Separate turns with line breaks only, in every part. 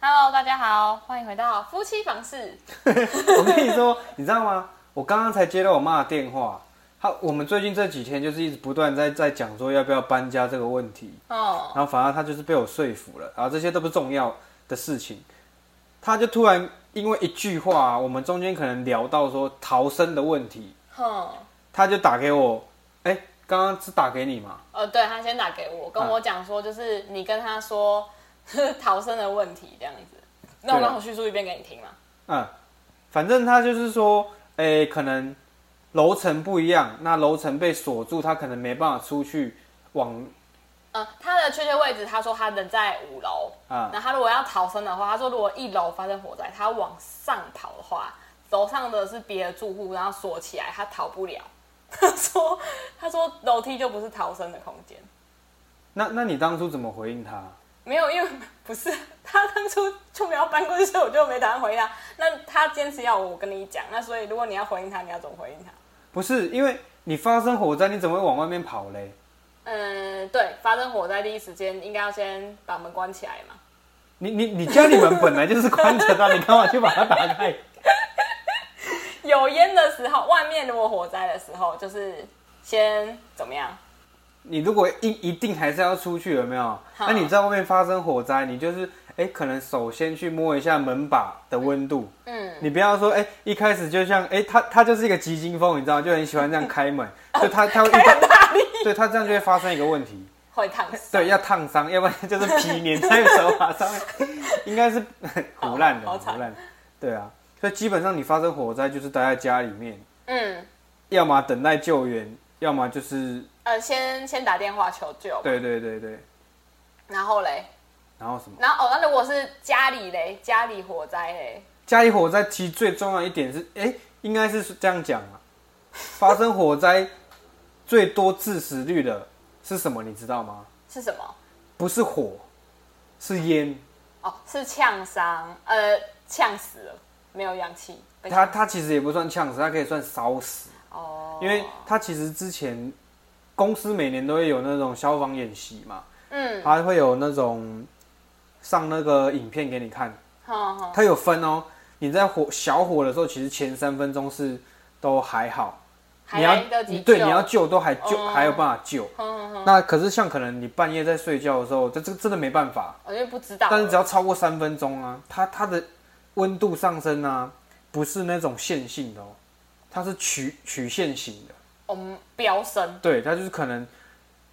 Hello，大家好，欢迎回到夫妻房事。
我跟你说，你知道吗？我刚刚才接到我妈的电话，她我们最近这几天就是一直不断在在讲说要不要搬家这个问题，
哦，
然后反而她就是被我说服了，啊然后这些都不是重要的事情，她就突然因为一句话啊、我们中间可能聊到说逃生的问题，
哼，
她就打给我，哎、刚刚是打给你嘛？
呃，对他先打给我，跟我讲说，就是你跟他说 逃生的问题这样子。那我
对啊
让我叙述一遍给你听嘛。
嗯，反正他就是说，诶、可能楼层不一样，那楼层被锁住，他可能没办法出去往
呃，他的确切位置，他说他人在五楼。
啊、
那他如果要逃生的话，他说如果一楼发生火灾，他往上跑的话，楼上的是别的住户，然后锁起来，他逃不了。 他说，他说楼梯就不是逃生的空间。
那那你当初怎么回应他？
没有，因为不是他当初就没有搬过去，所以我就没打算回应他。那他坚持要我跟你讲，那所以如果你要回应他，你要怎么回应他？
不是因为你发生火灾，你怎么会往外面跑嘞？
嗯，对，发生火灾第一时间应该要先把门关起来嘛。
你你你家里门本来就是关着的，你干嘛去把它打 开？
有烟的时候，外面如果火灾的时候，就是先怎么样？
你如果一一定还是要出去，有没有？那你在外面发生火灾，你就是哎、可能首先去摸一下门把的温度。
嗯，
你不要说哎、一开始就像哎、他他就是一个急惊风，你知道，就很喜欢这样 开门，就他他会
哦开很大力，
对他这样就会发生一个问题，
会烫死。
对，要烫伤，要不然就是皮粘在手把上面，应该是腐烂的，
好惨
腐烂，对啊，所以基本上你发生火灾就是待在家里面，
嗯，
要么等待救援，要么就是
呃，先先打电话求救，
对对对对，
然后嘞，
然后什么？
然后哦，那如果是家里嘞，家里火灾嘞，
家里火灾其实最重要一点是，哎、应该是这样讲啊，发生火灾最多致死率的是什么？你知道吗？
是什么？
不是火，是烟。
哦，是呛伤，呃，呛死了，没有氧气。被
它
呛
它其实也不算呛死，它可以算烧死，
哦，
因为它其实之前公司每年都会有那种消防演习嘛，
嗯，
它会有那种上那个影片给你看，
好好，
它有分哦。你在火小火的时候，其实前三分钟是都还好，
还
你要
来得及
你对
救
你要救都还救、
嗯
还有办法救。
哼哼
那可是像可能你半夜在睡觉的时候，这这个真的没办法。
我就不知道了，
但是只要超过三分钟啊，它它的温度上升啊，不是那种线性的哦，它是曲曲线型的。
我们飙升，
对，它就是可能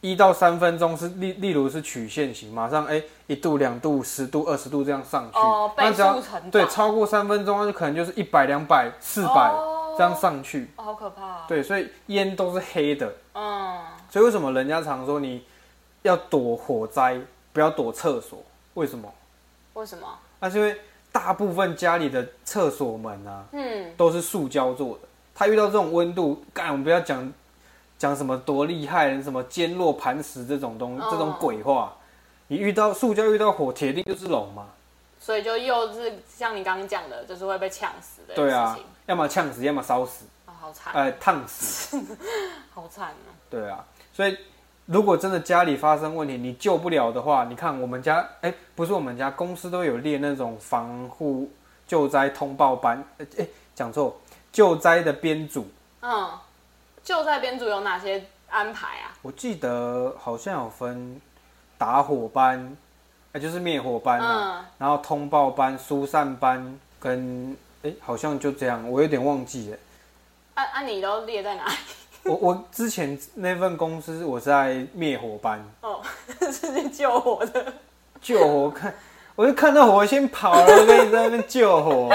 一到三分钟是例例如是曲线型，马上哎、一度、两度、十度、二十度这样上去。
哦
那只要
倍速成长
对超过三分钟，它就可能就是一百、两百、四百
哦
这样上去。
哦好可怕啊，
对，所以烟都是黑的，
嗯，
所以为什么人家常说你要躲火灾，不要躲厕所？为什么？
为什么？
那、是因为大部分家里的厕所门啊
嗯，
都是塑胶做的，它遇到这种温度，干我们不要讲讲什么多厉害，什么坚若磐石这种东
哦
这种鬼话，你遇到塑胶遇到火，铁定就是龙嘛，
所以就又是像你刚刚讲的，就是会被呛死的
对
事
啊
情，，
要么呛死，要么烧死，
哦好惨，
呃，烫死，
好惨哦，
对啊，所以。如果真的家里发生问题，你救不了的话，你看我们家，哎、不是我们家，公司都有列那种防护救灾通报班，哎、哎讲错，救灾的编组，
嗯，救灾编组有哪些安排啊？
我记得好像有分打火班，呃、就是灭火班、啊
嗯，
然后通报班、疏散班跟哎、好像就这样，我有点忘记了。
啊啊，你都列在哪里？
我我之前那份公司我在灭火班，
哦，是去救火的，
救火看，我就看到火先跑了，我跟你在那边救火。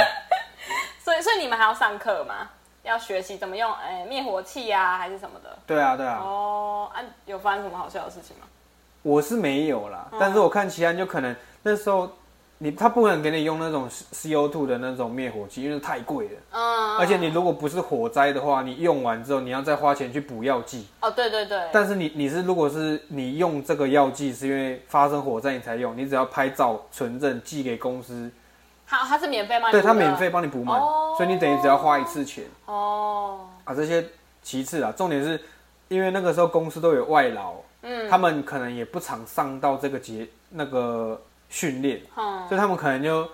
所以，所以你们还要上课吗？要学习怎么用诶灭、火器啊，还是什么的？
对啊对啊，
哦，啊，有发生什么好笑的事情吗？
我是没有啦，但是我看其他人就可能那时候你他不能给你用那种 CO2 的那种灭火器，因为太贵了。
嗯，
而且你如果不是火灾的话，你用完之后你要再花钱去补药剂。
哦，对对对，
但是你你是如果是你用这个药剂是因为发生火灾你才用，你只要拍照存证寄给公司，
它它是免费吗？
对
你
他
们的
免费帮你补满
哦，
所以你等于只要花一次钱
哦，
啊。这些其次啊，重点是因为那个时候公司都有外劳，
嗯
他们可能也不常上到这个节那个训练，
嗯，
所以他们可能就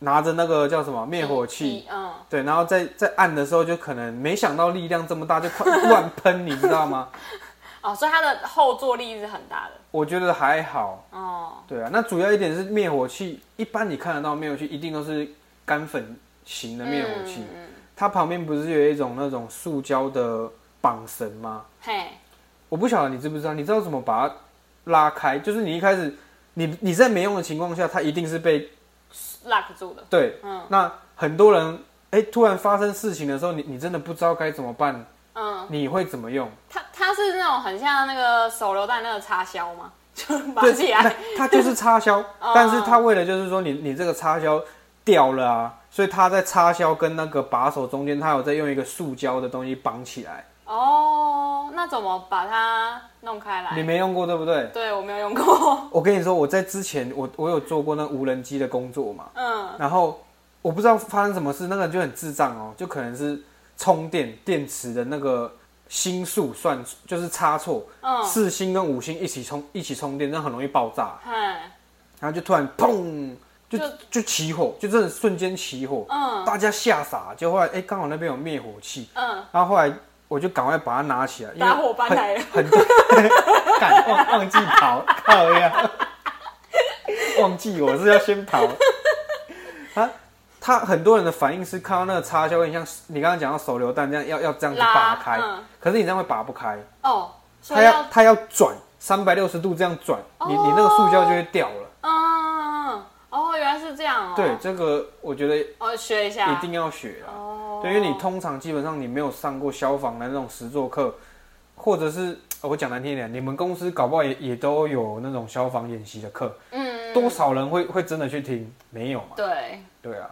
拿着那个叫什么灭火器，
一，嗯，
对，然后在在按的时候就可能没想到力量这么 大，就快乱喷，你知道吗？
哦，所以它的后坐力是很大的，
我觉得还好，
哦，
对啊，那主要一点是灭火器，一般你看得到灭火器一定都是干粉型的灭火器，
嗯，嗯
它旁边不是有一种那种塑胶的绑绳吗？
嘿，
我不晓得你知不知道，你知道怎么把它拉开？就是你一开始，你你在没用的情况下，它一定是被
lock 住的，
对。
嗯
那很多人哎、突然发生事情的时候，你你真的不知道该怎么办，
嗯，
你会怎么用？
它它是那种很像那个手榴弹那个插销吗？ 就拔
对，
起来，
那它就是插销，
哦
但是它为了就是说你你这个插销掉了啊，所以它在插销跟那个把手中间，它有在用一个塑胶的东西绑起来。
哦，那怎么把它弄开
你
来？
没用过对不对？
对我没有用过，
我跟你说，我在之前我我有做过那无人机的工作嘛，
嗯，
然后我不知道发生什么事，那个人就很智障哦，就可能是充电电池的那个星数算就是差错，
嗯
四星跟五星一起充一起充电，那很容易爆炸，
嘿，
然后就突然砰，就
就
就起火，就真的瞬间起火，
嗯
大家吓傻，就后来哎刚、好那边有灭火器，
嗯，
然后后来我就赶快把它拿起来，因为
打火班来了，
很 多敢忘忘记逃， 靠呀！忘记我是要先逃。 他他很多人的反应是看到那个插销，有点像你刚刚讲到手榴弹这样，要要这样子
拉
拔开，
嗯
可是你这样会拔不开，
哦，所
他
以
要
要，
他要转三百六十度这样转，你你那个塑胶就会掉了。
嗯，哦，原来是这样哦，
对，，这个我觉得
哦，学一下，
一定要学啊。
哦，
对，因为你通常基本上你没有上过消防的那种实作课，或者是呃我讲难听一点，你们公司搞不好也也都有那种消防演习的课，
嗯，
多少人会会真的去听？没有嘛？
对，
对啊，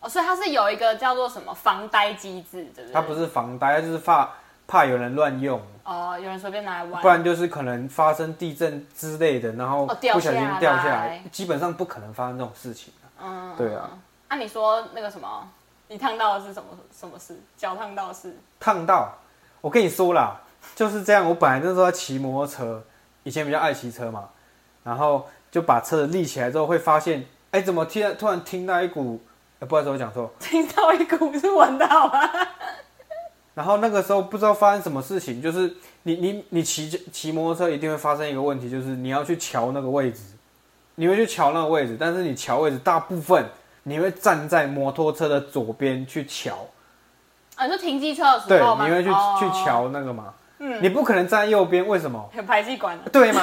哦，所以它是有一个叫做什么防呆机制，对不对？
它不是防呆，它就是怕怕有人乱用，
哦，有人随便拿来玩，
不然就是可能发生地震之类的，然后
哦掉
不小心
下
掉下
来
来，基本上不可能发生这种事情啊。
嗯，
对啊，
啊，你说那个什么，你烫到的是什么什么事？脚烫到的是，
烫到，我跟你说啦，就是这样。我本来那时候要骑摩托车，以前比较爱骑车嘛，然后就把车立起来之后，会发现，哎、怎么突然突然听到一股，呃、不好意思，我讲错。
听到一股是闻到吗？
然后那个时候不知道发生什么事情，就是你你你骑骑摩托车一定会发生一个问题，就是你要去瞧那个位置，你会去瞧那个位置，但是你瞧位置大部分你会站在摩托车的左边去瞧，
啊，你说停机车的
对
时候，吗？
你会去、
哦嗯
去，瞧那个嘛，你不可能站在右边，为什么？
有排气管的，
对嘛？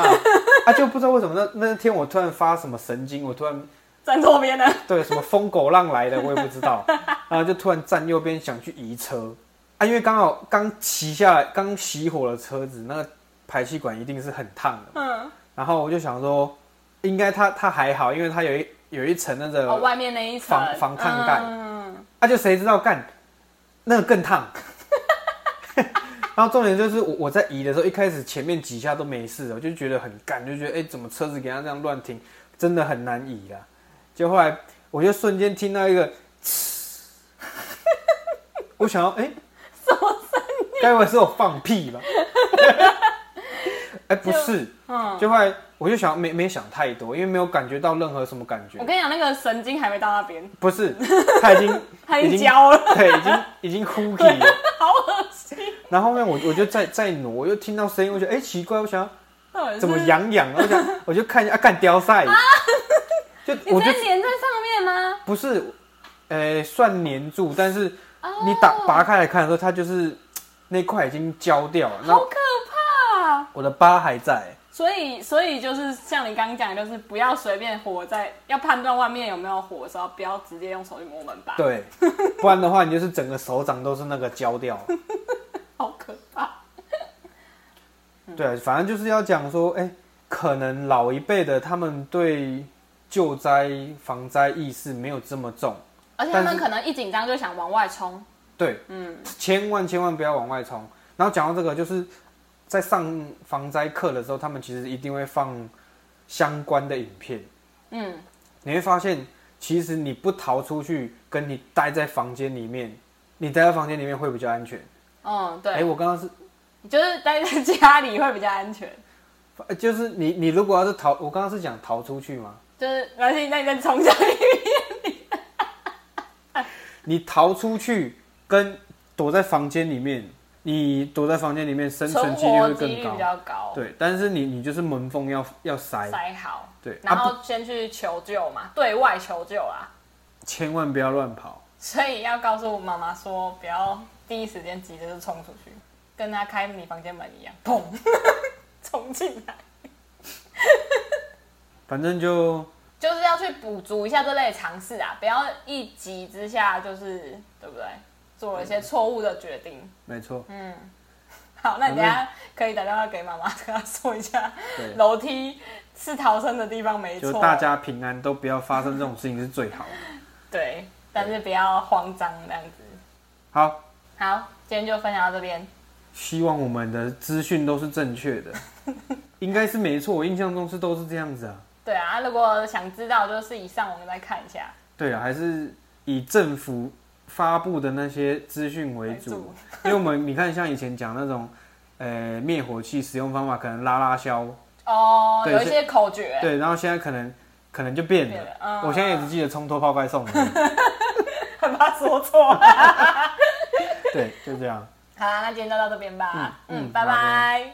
啊，就不知道为什么那那天我突然发什么神经，我突然
站左边的，
对什么疯狗浪来的，我也不知道，然后就突然站右边想去移车啊，因为刚好刚骑下来刚熄火的车子，那个排气管一定是很烫的，
嗯，
然后我就想说，应该它它还好，因为它有一有一层那
哦，
个，
外面那一层
呃防防烫盖
嗯，
啊，就谁知道干那个更烫。然后重点就是我我在移的时候，一开始前面几下都没事，我就觉得很干，就觉得哎、怎么车子给它这样乱停，真的很难移啦。就后来我就瞬间听到一个嘶，我想要哎、该不会是我放屁吧？哎、不是，
嗯
就后来我就想没没想太多，因为没有感觉到任何什么感觉
我，跟你讲，那个神经还没到那边，
不是，他已经
它已
已
经
经
焦了，
对，已经已经哭泣了。
好恶心，
然后后面我我就再再挪，我又听到声音，我觉得哎、奇怪，我想要
到底是
怎么？痒痒，我想我就看一下，啊，干雕赛， 就
你
我
直
就
接粘在上面吗？
不是，呃，算粘住，但是
哦
你打拔开来看的时候，它就是那块已经焦掉了，那
好可怕啊、
我的疤还在。
所以，所以就是像你刚刚讲的，就是不要随便火在，要判断外面有没有火的时候，不要直接用手去摸门把，
对，不然的话，你就是整个手掌都是那个焦掉。
好可怕。
对，反正就是要讲说，哎、可能老一辈的他们对救灾防灾意识没有这么重。
而且他
但
们
是
可能一紧张就想往外冲，
对，嗯，千万千万不要往外冲。然后讲到这个，就是在上防灾课的时候，他们其实一定会放相关的影片。
嗯，
你会发现，其实你不逃出去，跟你待在房间里面，你待在房间里面会比较安全。
嗯，
哎、
对，
我刚刚是，
就是待在家里会比较安全。
呃就是你你如果要是逃，我刚刚是讲逃出去吗？
就是，那你那你再重讲一遍。
你逃出去跟躲在房间里面，你躲在房间里面生存
存
几率
活
会
几
更
率比
高。
较高，
对，但是你你就是门缝要要塞，
塞好，
对啊
然后先去求救嘛，对外求救啦。
千万不要乱跑。
所以要告诉妈妈说，不要第一时间急着就冲出去，跟她开你房间门一样，砰， 冲进来，
反正就
就是要去补足一下这类尝试啊，不要一急之下就是对不对，做了一些错误的决定。
没错，
嗯好，那你等一下可以打电话给妈妈，跟她说一下
对，
楼梯是逃生的地方没
就
错，
大家平安都不要发生这种事情是最好的。
对，但是不要慌张这样子。
好，
好，今天就分享到这边。
希望我们的资讯都是正确的，应该是没错。我印象中是都是这样子啊。
对啊，如果想知道，就是以上我们再看一下。
对啊，还是以政府发布的那些资讯为主，
为主
因为我们你看，像以前讲那种，呃，灭火器使用方法可能拉拉销，
哦，
对
有一
是
些口诀，
对，然后现在可能可能就变
变
了
了。嗯
我现在也只记得冲脱泡盖 送而已，
很 怕说 错。好
对，就这样。
啦，那今天就到这边吧。
嗯
嗯
嗯
拜
拜
拜